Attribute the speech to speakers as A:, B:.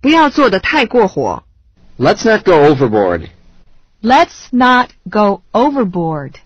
A: 不要做得太过火。
B: Let's not go overboard.
C: Let's not go overboard.